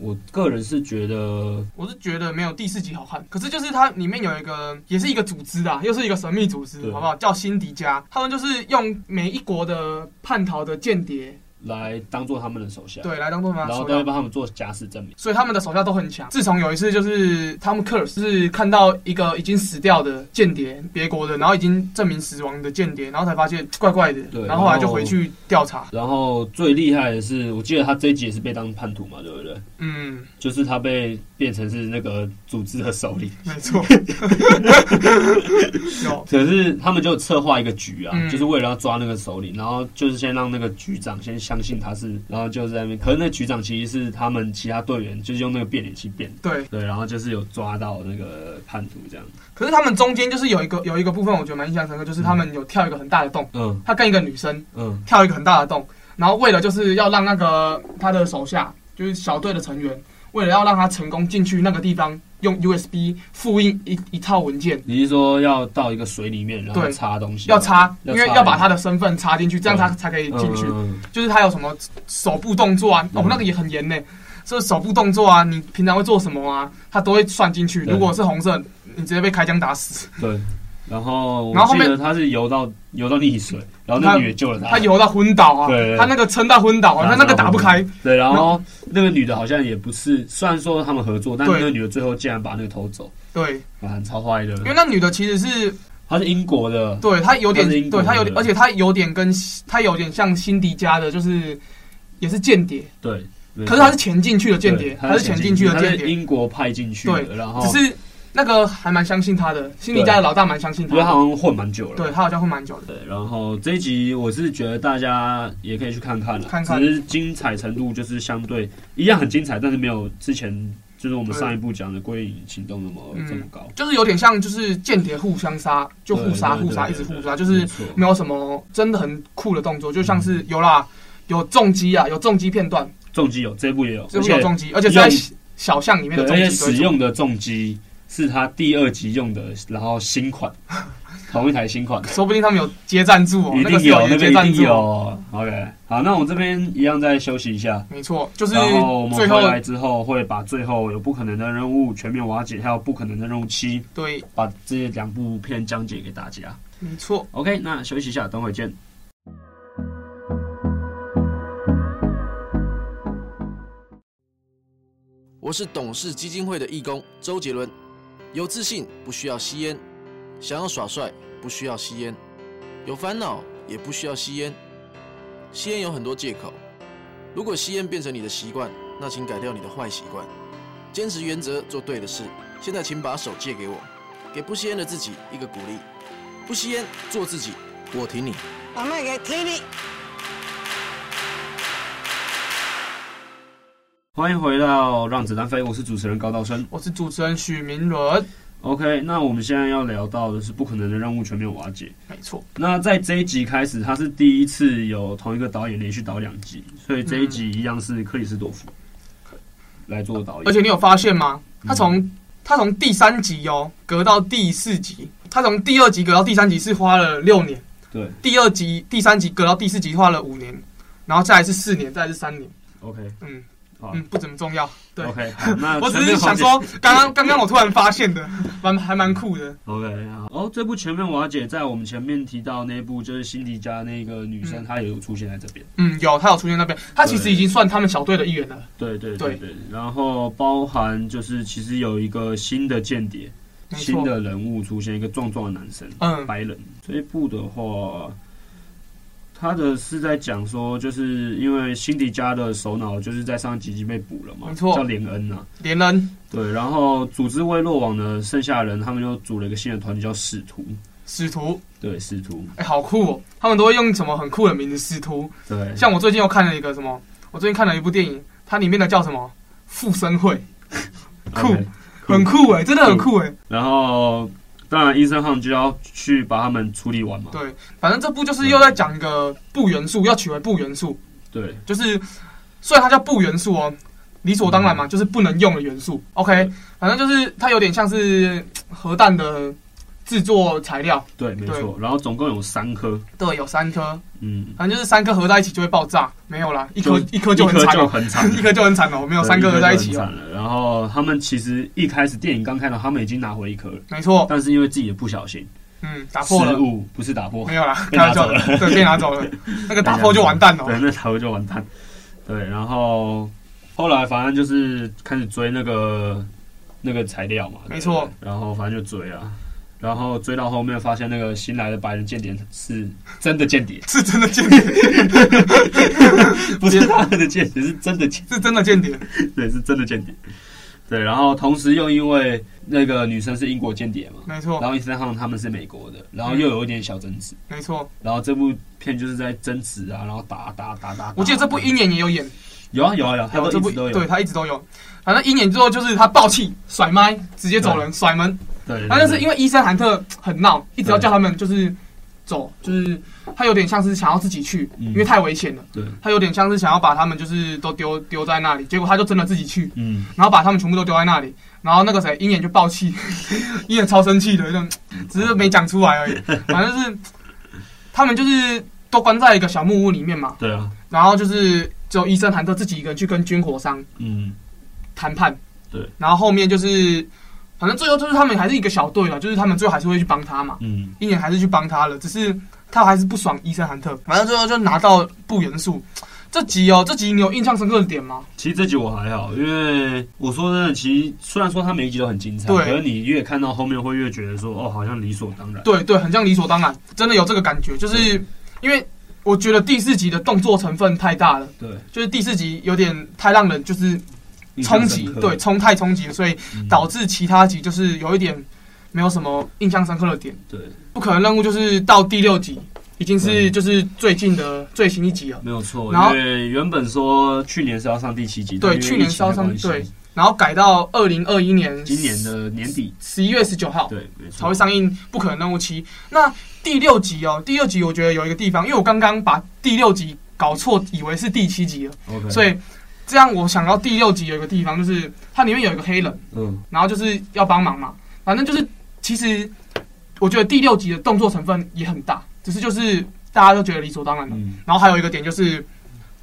Speaker 2: 我个人是觉得
Speaker 1: 我是觉得没有第四集好看，可是就是它里面有一个，也是一个组织啊，又是一个神秘组织
Speaker 2: 对，
Speaker 1: 好不好？叫辛迪加，他们就是用每一国的叛逃的间谍，
Speaker 2: 来当做他们的手下，
Speaker 1: 对，来当做他
Speaker 2: 然
Speaker 1: 们的
Speaker 2: 后
Speaker 1: 手
Speaker 2: 都会
Speaker 1: 下。
Speaker 2: 帮他们做假死证明。
Speaker 1: 所以他们的手下都很强。自从有一次，就是他们 Curse 是看到一个已经死掉的间谍，别国的，然后已经证明死亡的间谍，然后才发现怪怪的
Speaker 2: 对，
Speaker 1: 然后后来就
Speaker 2: 然后
Speaker 1: 回去调查。
Speaker 2: 然后最厉害的是，我记得他这一集也是被当叛徒嘛，对不对？
Speaker 1: 嗯，
Speaker 2: 就是他被变成是那个组织的首领，
Speaker 1: 没 错， 有
Speaker 2: 可是他们就策划一个局啊，
Speaker 1: 嗯
Speaker 2: 就是为了要抓那个首领，然后就是先让那个局长先相信他是，然后就在那边。可是那局长其实是他们其他队员就是用那个变脸器变的，
Speaker 1: 对。
Speaker 2: 对，然后就是有抓到那个叛徒这样。
Speaker 1: 可是他们中间就是有一个有一个部分，我觉得蛮印象深刻，就是他们有跳一个很大的洞，
Speaker 2: 嗯
Speaker 1: 他跟一个女生
Speaker 2: 嗯，
Speaker 1: 跳一个很大的洞，然后为了就是要让那个他的手下，就是小队的成员，为了要让他成功进去那个地方，用 USB 复印一一套文件，
Speaker 2: 你是说要到一个水里面，然后
Speaker 1: 对
Speaker 2: 插东西？
Speaker 1: 要插，因为要把他
Speaker 2: 的
Speaker 1: 的身份插进去，这样他
Speaker 2: 对
Speaker 1: 才可以进去。
Speaker 2: 嗯嗯
Speaker 1: 就是他有什么手部动作啊，哦
Speaker 2: 嗯，
Speaker 1: 那个也很严呢。这手部动作啊，你平常会做什么啊？他都会算进去。
Speaker 2: 对
Speaker 1: 如果是红色，你直接被开枪打死。
Speaker 2: 对，然后
Speaker 1: 然
Speaker 2: 我
Speaker 1: 后后
Speaker 2: 记
Speaker 1: 面
Speaker 2: 得他是游到游到溺水，然后那个女的救了他，
Speaker 1: 他游到昏倒啊，
Speaker 2: 对对对
Speaker 1: 他那个撑到昏倒啊，
Speaker 2: 打
Speaker 1: 他那个打不开。
Speaker 2: 对，然后那个女的好像也不是，虽然说他们合作，但
Speaker 1: 对
Speaker 2: 那个女的最后竟然把那个偷走，
Speaker 1: 对，
Speaker 2: 啊，超坏的
Speaker 1: 因，为那女的其实是
Speaker 2: 她是英国的，
Speaker 1: 对他有
Speaker 2: 他是英
Speaker 1: 点，
Speaker 2: 国人
Speaker 1: 对他有点，而且他有点跟他有点像辛迪加的，就是也是间谍，
Speaker 2: 对，没错
Speaker 1: 可是他是潜进去的间
Speaker 2: 对
Speaker 1: 谍，
Speaker 2: 她
Speaker 1: 他是潜进去的
Speaker 2: 她
Speaker 1: 间
Speaker 2: 是
Speaker 1: 谍，
Speaker 2: 英国派进去的，
Speaker 1: 对
Speaker 2: 然后
Speaker 1: 只是那个还蛮相信他的，辛迪加的老大蛮相信
Speaker 2: 因
Speaker 1: 他
Speaker 2: 为她
Speaker 1: 的，
Speaker 2: 好像混蛮久了，
Speaker 1: 对他好像会蛮久的，
Speaker 2: 对，然后这一集我是觉得大家也可以去看看了，
Speaker 1: 看看
Speaker 2: 只是精彩程度就是相对一样很精彩，但是没有之前就是我们
Speaker 1: 对
Speaker 2: 上一部讲的《归隐行动》那么、
Speaker 1: 嗯
Speaker 2: 这么高，
Speaker 1: 就是有点像就是间谍互相杀，就互杀
Speaker 2: 对对
Speaker 1: 互杀，
Speaker 2: 对
Speaker 1: 一直互杀，
Speaker 2: 对
Speaker 1: 就是
Speaker 2: 没错嗯
Speaker 1: 没有什么真的很酷的动作，就像是有啦，有重击啊，有重击片段，
Speaker 2: 重击有，这部也有，
Speaker 1: 这
Speaker 2: 而
Speaker 1: 部
Speaker 2: 且
Speaker 1: 有重击，而且是在
Speaker 2: 用
Speaker 1: 小巷里面的
Speaker 2: 对，
Speaker 1: 重
Speaker 2: 而且
Speaker 1: 击对
Speaker 2: 使用的重机是他第二集用的，然后新 款，同一台新款，
Speaker 1: 说不定他们有接赞助哦，
Speaker 2: 一
Speaker 1: 那个
Speaker 2: 定
Speaker 1: 是
Speaker 2: 有，那
Speaker 1: 接
Speaker 2: 个
Speaker 1: 赞
Speaker 2: 一定
Speaker 1: 助哦，
Speaker 2: 有。OK，好，那我们这边一样再休息一下，
Speaker 1: 没错，就是
Speaker 2: 然后我们
Speaker 1: 最
Speaker 2: 回
Speaker 1: 后
Speaker 2: 来之后会把最后有不可能的任务全面瓦解，还有不可能的任务七，
Speaker 1: 对，
Speaker 2: 把这两部片讲解给大家。
Speaker 1: 没错，
Speaker 2: OK，那休息一下，等会见。
Speaker 3: 我是董事基金会的义工周杰伦。有自信不需要吸烟，想要耍帅不需要吸烟，有烦恼也不需要吸烟。吸烟有很多借口，如果吸烟变成你的习惯，那请改掉你的坏习惯，坚持原则，做对的事。现在请把手借给我，给不吸烟的自己一个鼓励。不吸烟，做自己，我挺你。
Speaker 4: 我们也听你。
Speaker 2: 欢迎回到《让子弹飞》，我是主持人高道生。
Speaker 1: 我是主持人许明伦，
Speaker 2: OK，那我们现在要聊到的是不可能的任务全面瓦解。
Speaker 1: 没错，
Speaker 2: 那在这一集开始，他是第一次有同一个导演连续导两集，所以这一集一样是克里斯多夫来做导演。
Speaker 1: 而且你有发现吗？
Speaker 2: 嗯
Speaker 1: 他从他从第三集哦，隔到第四集，他从第二集隔到第三集是花了六年。
Speaker 2: 对
Speaker 1: 第二集、第三集隔到第四集花了五年，然后再来是四年，再来是三年。
Speaker 2: ，OK，
Speaker 1: 嗯，
Speaker 2: 好
Speaker 1: 嗯，不怎么重要。对
Speaker 2: OK，好，那
Speaker 1: 我只
Speaker 2: 前
Speaker 1: 是
Speaker 2: 面
Speaker 1: 想
Speaker 2: 好
Speaker 1: 说，刚刚刚刚我突然发现的，蛮还蛮酷的。
Speaker 2: OK，好。哦，这部《全面瓦解》在我们前面提到那部就是辛迪加那个女生，
Speaker 1: 嗯
Speaker 2: 她也有出现在这边。
Speaker 1: 嗯，有他有出现那边，他其实已经算他们小队的一员了。
Speaker 2: 对对
Speaker 1: 对
Speaker 2: 对。然后包含就是其实有一个新的间谍，
Speaker 1: 没
Speaker 2: 新
Speaker 1: 错，
Speaker 2: 的人物出现，一个壮壮的男生，
Speaker 1: 嗯
Speaker 2: 白人。这一部的话，他的是在讲说，就是因为辛迪加的首脑就是在上集已经被捕了嘛，
Speaker 1: 没错
Speaker 2: 叫连恩呐、啊。
Speaker 1: 连恩
Speaker 2: 对，然后组织未落网的剩下的人，他们又组了一个新的团体叫使徒。
Speaker 1: 使徒，
Speaker 2: 对，使徒。
Speaker 1: 哎、好酷哦！他们都会用什么很酷的名字使徒，
Speaker 2: 对，
Speaker 1: 像我最近又看了一个什么，我最近看了一部电影，它里面的叫什么附身会，酷
Speaker 2: OK
Speaker 1: 很酷哎、真的很酷哎、
Speaker 2: 然后，当然，医生他们就要去把他们处理完嘛。
Speaker 1: 对，反正这部就是又在讲一个不元素，要取回不元素，
Speaker 2: 对，
Speaker 1: 就是虽然它叫不元素哦，理所当然嘛，就是不能用的元素。OK，反正就是它有点像是核弹的制作材料，
Speaker 2: 对，没错。然后总共有三颗，
Speaker 1: 对，有三颗，
Speaker 2: 嗯，
Speaker 1: 反正就是三颗合在一起就会爆炸，没有啦，一颗
Speaker 2: 就
Speaker 1: 一颗就
Speaker 2: 一
Speaker 1: 很
Speaker 2: 颗
Speaker 1: 惨
Speaker 2: 就
Speaker 1: 哦，
Speaker 2: 很惨
Speaker 1: ，一颗就很惨哦，没有
Speaker 2: 对
Speaker 1: 三颗合在一
Speaker 2: 颗
Speaker 1: 起
Speaker 2: 就
Speaker 1: 哦，
Speaker 2: 很惨了。然后他们其实一开始电影刚开头，他们已经拿回一颗了，
Speaker 1: 没错，
Speaker 2: 但是因为自己的不小心，
Speaker 1: 嗯，打
Speaker 2: 失
Speaker 1: 破了。
Speaker 2: 误不是打破，
Speaker 1: 没有啦，
Speaker 2: 被拿
Speaker 1: 开玩
Speaker 2: 走
Speaker 1: 笑
Speaker 2: 了
Speaker 1: 的，对，被拿 走了，那个打破就完蛋了。
Speaker 2: 对，那台湾就完蛋。对，然后后来反正就是开始追那个那个材料嘛，
Speaker 1: 没错
Speaker 2: 对。然后反正就追啊，然后追到后面发现那个新来的白人间谍是真的间谍，
Speaker 1: 是真的间谍，
Speaker 2: 不是他们的间谍，是真的间
Speaker 1: 是真的间谍，
Speaker 2: 谍，是真的间谍。对，然后同时又因为那个女生是英国间谍嘛，
Speaker 1: 没错
Speaker 2: 然，后伊森汉他们是美国的，然后又有一点小争执，
Speaker 1: 没错。
Speaker 2: 然后这部片就是在争执啊，然后打打打打打。
Speaker 1: 我记得这部鹰眼也有演，
Speaker 2: 有啊有啊有啊，他
Speaker 1: 有
Speaker 2: 都
Speaker 1: 这
Speaker 2: 一
Speaker 1: 部
Speaker 2: 直都有，
Speaker 1: 对他一直都有。反正鹰眼之后就是他爆气甩麦，直接走人甩门。
Speaker 2: 对，
Speaker 1: 然后就是
Speaker 2: 因
Speaker 1: 因为伊森韩特很闹，一直要叫他们就是走，就是他有点像是想要自己去，
Speaker 2: 嗯
Speaker 1: 因为太危险了。
Speaker 2: 对，
Speaker 1: 他有点像是想要把他们就是都丢丢在那里，结果他就真的自己去，
Speaker 2: 嗯。
Speaker 1: 然后把他们全部都丢在那里。然后那个谁鹰眼就爆气， 鹰眼超生气的，就 只是没讲出来而已。反正就是他们就是都关在一个小木屋里面嘛，
Speaker 2: 对啊，
Speaker 1: 然后就是只有伊森韩特自己一个人去跟军火商
Speaker 2: 嗯，
Speaker 1: 谈判。
Speaker 2: 对，
Speaker 1: 然后后面就是，反正最后就是他们还是一个小队了，就是他们最后还是会去帮他嘛，
Speaker 2: 嗯，
Speaker 1: 鹰眼还是去帮他了，只是他还是不爽伊森韩特，反正最后就拿到不元素。这集哦，这集你有印象深刻的点吗？
Speaker 2: 其实这集我还好，因为我说真的，其实虽然说它每一集都很精彩，
Speaker 1: 对
Speaker 2: 可是你越看到后面会越觉得说，哦，好像理所当然。
Speaker 1: 对对，很像理所当然，真的有这个感觉，就是因为我觉得第四集的动作成分太大了，
Speaker 2: 对，
Speaker 1: 就是第四集有点太让人就是冲击
Speaker 2: 印象深，刻
Speaker 1: 对，冲太冲击了，所以
Speaker 2: 嗯
Speaker 1: 导致其他集就是有一点没有什么印象深刻的点。
Speaker 2: 对，
Speaker 1: 不可能任务就是到第六集，已经
Speaker 2: 对
Speaker 1: 是就是最近的最新一集了。
Speaker 2: 没有错。
Speaker 1: 然后
Speaker 2: 因为原本说去年是要上第七集，但
Speaker 1: 对
Speaker 2: 因为
Speaker 1: 去年是要上
Speaker 2: 疫情的关系
Speaker 1: 然后改到二零二一年
Speaker 2: 今年的年底，
Speaker 1: 十一月十九号
Speaker 2: 对，没错，
Speaker 1: 才会上映《不可能任务七》。那第六集哦，第六集我觉得有一个地方，因为我刚刚把第六集搞错，以为是第七集了，
Speaker 2: OK，
Speaker 1: 所以这样我想到第六集有一个地方，就是它里面有一个黑人，
Speaker 2: 嗯，
Speaker 1: 然后就是要帮忙嘛，反正就是其实我觉得第六集的动作成分也很大，只是就是大家都觉得理所当然了。
Speaker 2: 嗯
Speaker 1: 然后还有一个点就是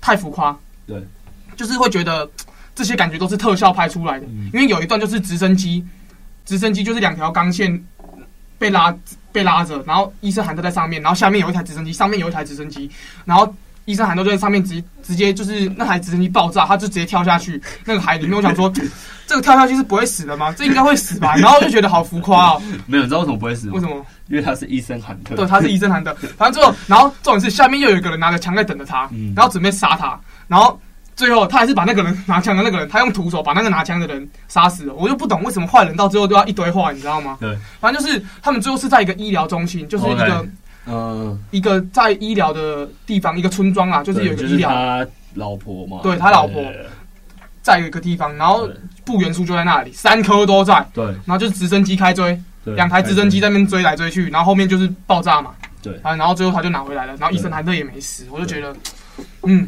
Speaker 1: 太浮夸，
Speaker 2: 对，
Speaker 1: 就是会觉得嘖这些感觉都是特效拍出来的，
Speaker 2: 嗯
Speaker 1: 因为有一段就是直升机，直升机就是两条钢线被拉被拉着，然后医生韩特在上面，然后下面有一台直升机，上面有一台直升机，然后。医生韩特就在上面直直接就是那台直升机爆炸，他就直接跳下去那个海里面。我想说，嘖这个跳下去是不会死的吗？这应该会死吧？然后我就觉得好浮夸哦，
Speaker 2: 没有，你知道为什么不会死吗？
Speaker 1: 为什么？
Speaker 2: 因为他是医生喊特，
Speaker 1: 对，他是医生韩的。反正最后，然后重点是下面又有一个人拿着枪在等着他，
Speaker 2: 嗯
Speaker 1: 然后准备杀他，然后最后他还是把那个人拿枪的那个人，他用徒手把那个拿枪的人杀死了。我就不懂为什么坏人到最后都要一堆话，你知道吗？
Speaker 2: 对，
Speaker 1: 反正就是他们最后是在一个医疗中心，就是一个
Speaker 2: OK 嗯，
Speaker 1: 一个在医疗的地方，一个村庄啊，就是有一个
Speaker 2: 对
Speaker 1: 医
Speaker 2: 是
Speaker 1: 疗，
Speaker 2: 他老婆嘛，
Speaker 1: 对他老婆在有一个地方，然后
Speaker 2: 对
Speaker 1: 不元素就在那里，三颗都在，
Speaker 2: 对
Speaker 1: 然后就是直升机开追，
Speaker 2: 对，
Speaker 1: 两台直升机
Speaker 2: 在
Speaker 1: 在那边追来追去，然后后面就是爆炸嘛。
Speaker 2: 对
Speaker 1: 啊，然后最后他就拿回来了，然后伊森韩特也没死，我就觉得，嗯，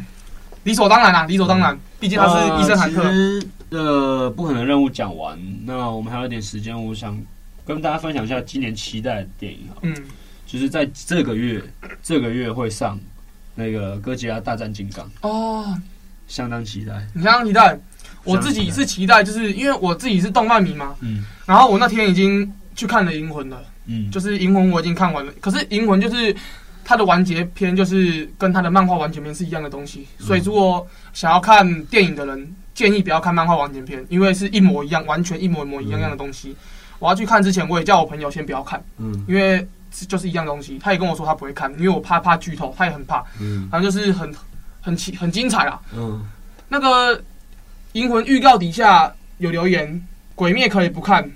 Speaker 1: 理所当然啦、理所当然，毕竟他是伊森韩特。
Speaker 2: 呃嗯其实呃，不可能任务讲完，那我们还有一点时间，我想跟大家分享一下今年期待的电影哈，
Speaker 1: 嗯，
Speaker 2: 就是在这个月，这个月会上那个《哥吉拉大战金刚》，
Speaker 1: 哦，
Speaker 2: 相当期待。
Speaker 1: 你想想期待，我
Speaker 2: 相当
Speaker 1: 自己
Speaker 2: 期待
Speaker 1: 是期待，就是因为我自己是动漫迷嘛，
Speaker 2: 嗯
Speaker 1: 然后我那天已经去看了《银魂》了，
Speaker 2: 嗯，
Speaker 1: 就是《银魂》我已经看完了，可是《银魂》就是它的完结篇，就是跟它的漫画完结篇是一样的东西，所以如果想要看电影的人，建议不要看漫画完结篇，因为是一模一样，完全一模一模一样样的东西。我要去看之前，我也叫我朋友先不要看，
Speaker 2: 嗯
Speaker 1: 因为就是一样东西。他也跟我说他不会看，因为我怕怕剧透，他也很怕，
Speaker 2: 嗯
Speaker 1: 反正就是很很奇很精彩啦。啊
Speaker 2: 嗯
Speaker 1: 那个《银魂》预告底下有留言，《鬼灭》可以不看，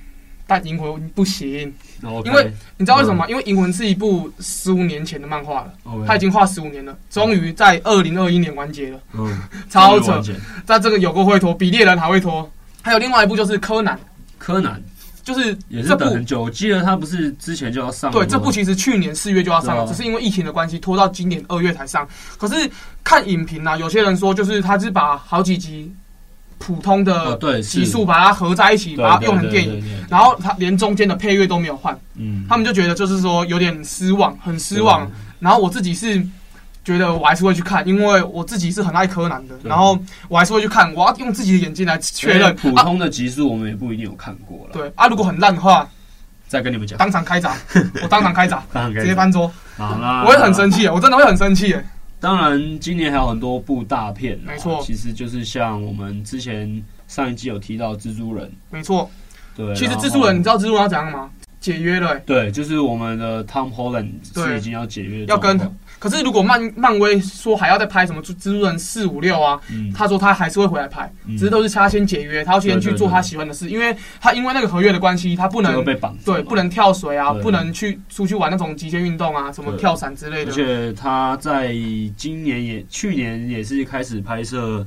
Speaker 1: 但《银魂》不行。
Speaker 2: ，OK，
Speaker 1: 因为你知道为什么吗？
Speaker 2: 嗯
Speaker 1: 因为《银魂》是一部十五年前的漫画了，
Speaker 2: OK，
Speaker 1: 它已经画十五年了，终于在二零二一年完结了，
Speaker 2: 嗯
Speaker 1: 超
Speaker 2: 终于
Speaker 1: 扯
Speaker 2: 完！结
Speaker 1: 在这个有够会拖，比猎人还会拖。还有另外一部就是《柯南》，
Speaker 2: 柯南
Speaker 1: 就是
Speaker 2: 也是
Speaker 1: 这
Speaker 2: 等
Speaker 1: 部
Speaker 2: 很久，我记得他不是之前就要上了
Speaker 1: 对
Speaker 2: 吗
Speaker 1: 这部其实去年四月就要上了，
Speaker 2: 对啊
Speaker 1: 只是因为疫情的关系拖到今年二月才上。可是看影评啊，有些人说就是他是把好几集普通
Speaker 2: 哦
Speaker 1: 的
Speaker 2: 对
Speaker 1: 集
Speaker 2: 是
Speaker 1: 数把它合在一起，
Speaker 2: 对
Speaker 1: 把它用成
Speaker 2: 对
Speaker 1: 电，
Speaker 2: 对
Speaker 1: 影。
Speaker 2: 对对
Speaker 1: 然后他连中间的配乐都没有换，
Speaker 2: 嗯
Speaker 1: 他们就觉得就是说有点失望，很失望
Speaker 2: 对。啊
Speaker 1: 然后我自己是觉得我还是会去看，因为我自己是很爱柯南的，
Speaker 2: 对
Speaker 1: 然后我还是会去看，我要用自己的眼睛来确
Speaker 2: 因为
Speaker 1: 认。
Speaker 2: 普
Speaker 1: 啊，
Speaker 2: 通的集数我们也不一定有看过了，
Speaker 1: 对啊，如果很烂的话，
Speaker 2: 再跟你们讲，
Speaker 1: 当场 开闸，我当场开闸，
Speaker 2: 当然可
Speaker 1: 直
Speaker 2: 以
Speaker 1: 接翻桌，
Speaker 2: 好啦，
Speaker 1: 我会很生气，我真的会很生气。
Speaker 2: 当然，今年还有很多部大片啦，
Speaker 1: 没错
Speaker 2: 其实就是像我们之前上一季有提到蜘蛛人，
Speaker 1: 没错，
Speaker 2: 对，
Speaker 1: 其实
Speaker 2: 然后
Speaker 1: 蜘蛛人，你知道蜘蛛人要怎样吗？解约了、欸。
Speaker 2: 对，就是我们的 Tom Holland 是
Speaker 1: 对
Speaker 2: 已经要解约的
Speaker 1: 要
Speaker 2: 状况，
Speaker 1: 跟可是如果漫漫威说还要再拍什么蜘蜘蛛人四五六啊，
Speaker 2: 嗯，
Speaker 1: 他说他还是会回来拍，
Speaker 2: 嗯
Speaker 1: 只是都是他先解约，他要先
Speaker 2: 对
Speaker 1: 去
Speaker 2: 对
Speaker 1: 做
Speaker 2: 对
Speaker 1: 他喜欢的事，因为他因为那个合约的关系，他不
Speaker 2: 就会
Speaker 1: 能
Speaker 2: 被绑住嘛，
Speaker 1: 对不能跳水啊，
Speaker 2: 对
Speaker 1: 不能去出去玩那种极限运动啊，什么
Speaker 2: 对
Speaker 1: 跳伞之类
Speaker 2: 而
Speaker 1: 的。
Speaker 2: 且他在今年也去年也是开始拍摄《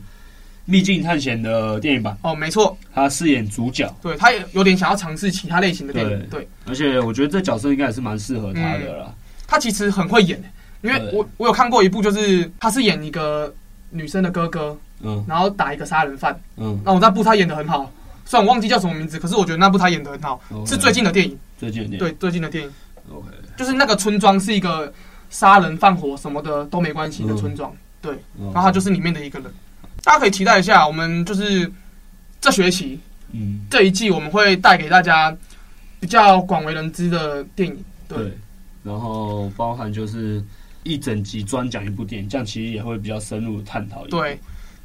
Speaker 2: 秘境探险》的电影版，
Speaker 1: 哦，没错，
Speaker 2: 他饰演主角，
Speaker 1: 对他也有点想要尝试其他类型的电影，对
Speaker 2: 而且我觉得这角色应该也是蛮适合他的啦。
Speaker 1: 他其实很会演，欸因为
Speaker 2: 对
Speaker 1: 我我有看过一部，就是他是演一个女生的哥哥，
Speaker 2: 嗯
Speaker 1: 然后打一个杀人犯，
Speaker 2: 嗯，
Speaker 1: 那我那部他演的很好，虽然我忘记叫什么名字，可是我觉得那部他演的很好
Speaker 2: 嗯 OK
Speaker 1: 是最近的电影，
Speaker 2: 最近的电
Speaker 1: 对，最近的电影
Speaker 2: 影，OK，
Speaker 1: 就是那个村庄是一个杀人放火什么的都没关
Speaker 2: 嗯
Speaker 1: 系的村庄，
Speaker 2: 然
Speaker 1: 然后他就是里面的一个人，大家可以期待一下，我们就是这学期
Speaker 2: 嗯，
Speaker 1: 这一季我们会带给大家比较广为人知的电影，对，
Speaker 2: 对，然后包含就是一整集专讲一部电影，这样其实也会比较深入地探讨一部。
Speaker 1: 对，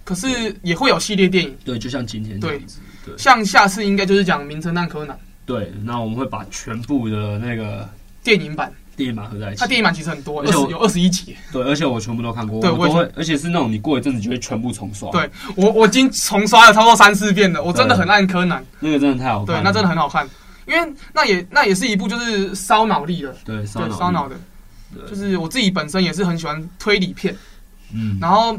Speaker 1: 可是也会有系列电影，
Speaker 2: 对，就像今天这样子。对
Speaker 1: 像下次应该就是讲《名侦探柯南》
Speaker 2: 对，那我们会把全部的那个
Speaker 1: 电影版，
Speaker 2: 电影版合在一起
Speaker 1: 它。啊电影版其实很多，
Speaker 2: 而
Speaker 1: 二
Speaker 2: 且
Speaker 1: 十
Speaker 2: 我
Speaker 1: 有二十一集。
Speaker 2: 对，而且我全部都看过，
Speaker 1: 对
Speaker 2: 我
Speaker 1: 我也
Speaker 2: 都会，而且是那种你过一阵子就会全部重刷。
Speaker 1: 对，我我已经重刷了超过三四遍了，我真的很爱柯南，
Speaker 2: 那个真的太好看
Speaker 1: 对
Speaker 2: 了。，
Speaker 1: 那真的很好看，因为那也那也是一部就是烧脑力的，
Speaker 2: 对烧
Speaker 1: 对，
Speaker 2: 脑
Speaker 1: 烧脑
Speaker 2: 力。
Speaker 1: 的
Speaker 2: 对，
Speaker 1: 就是我自己本身也是很喜欢推理片，
Speaker 2: 嗯，
Speaker 1: 然后。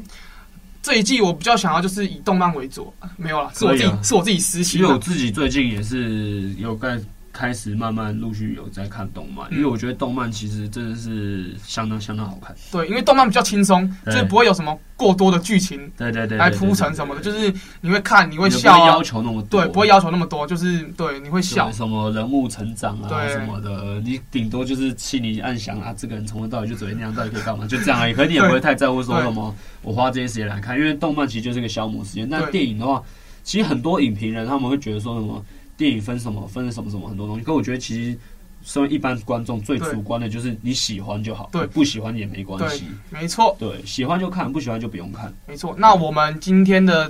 Speaker 1: 这一季我比较想要就是以动漫为主，没有啦，是我自己、
Speaker 2: 可以啊
Speaker 1: 是我自己私
Speaker 2: 其
Speaker 1: 心
Speaker 2: 实
Speaker 1: 的
Speaker 2: 我自己最近也是有在开始慢慢陆续有在看动漫，因为
Speaker 1: 嗯
Speaker 2: 我觉得动漫其实真的是相当相当好看。
Speaker 1: 对，因为动漫比较轻松，就
Speaker 2: 对
Speaker 1: 是不会有什么过多的剧情
Speaker 2: 对对对，对
Speaker 1: 来铺陈什么的，就是你会看，你
Speaker 2: 对
Speaker 1: 会
Speaker 2: 对对
Speaker 1: 笑
Speaker 2: 也不会要
Speaker 1: 啊，
Speaker 2: 求那么多，
Speaker 1: 对，不会要求那么多，就是对，你会笑
Speaker 2: 对，什么人物成长啊
Speaker 1: 对
Speaker 2: 什么的，你顶多就是心里暗想啊，这个人从头到尾就只会那样，到底可以干嘛？就这样而已。可是你也不会太在乎说
Speaker 1: 对
Speaker 2: 什么，我花这些时间来看，因为动漫其实就是个消磨时间。但
Speaker 1: 对
Speaker 2: 电影的话，其实很多影评人他们会觉得说什么电影分什么分什么什么很多东西，可我觉得其实。身为一般观众，最
Speaker 1: 对
Speaker 2: 主观的就是你喜欢就好，
Speaker 1: 对
Speaker 2: 不喜欢也没关系。
Speaker 1: 没错，
Speaker 2: 对，喜欢就看，不喜欢就不用看。
Speaker 1: 没错。那我们今天的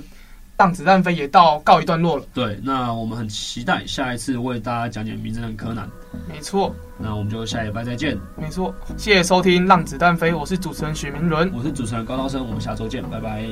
Speaker 1: 让子弹飞也到告一段落了，
Speaker 2: 对，那我们很期待下一次为大家讲解《名侦探柯南》。
Speaker 1: 没错，
Speaker 2: 那我们就下礼拜再见。
Speaker 1: 没错。谢谢收听《让子弹飞》，我是主持人许明伦。
Speaker 2: 我是主持人高高生，我们下周见，拜拜。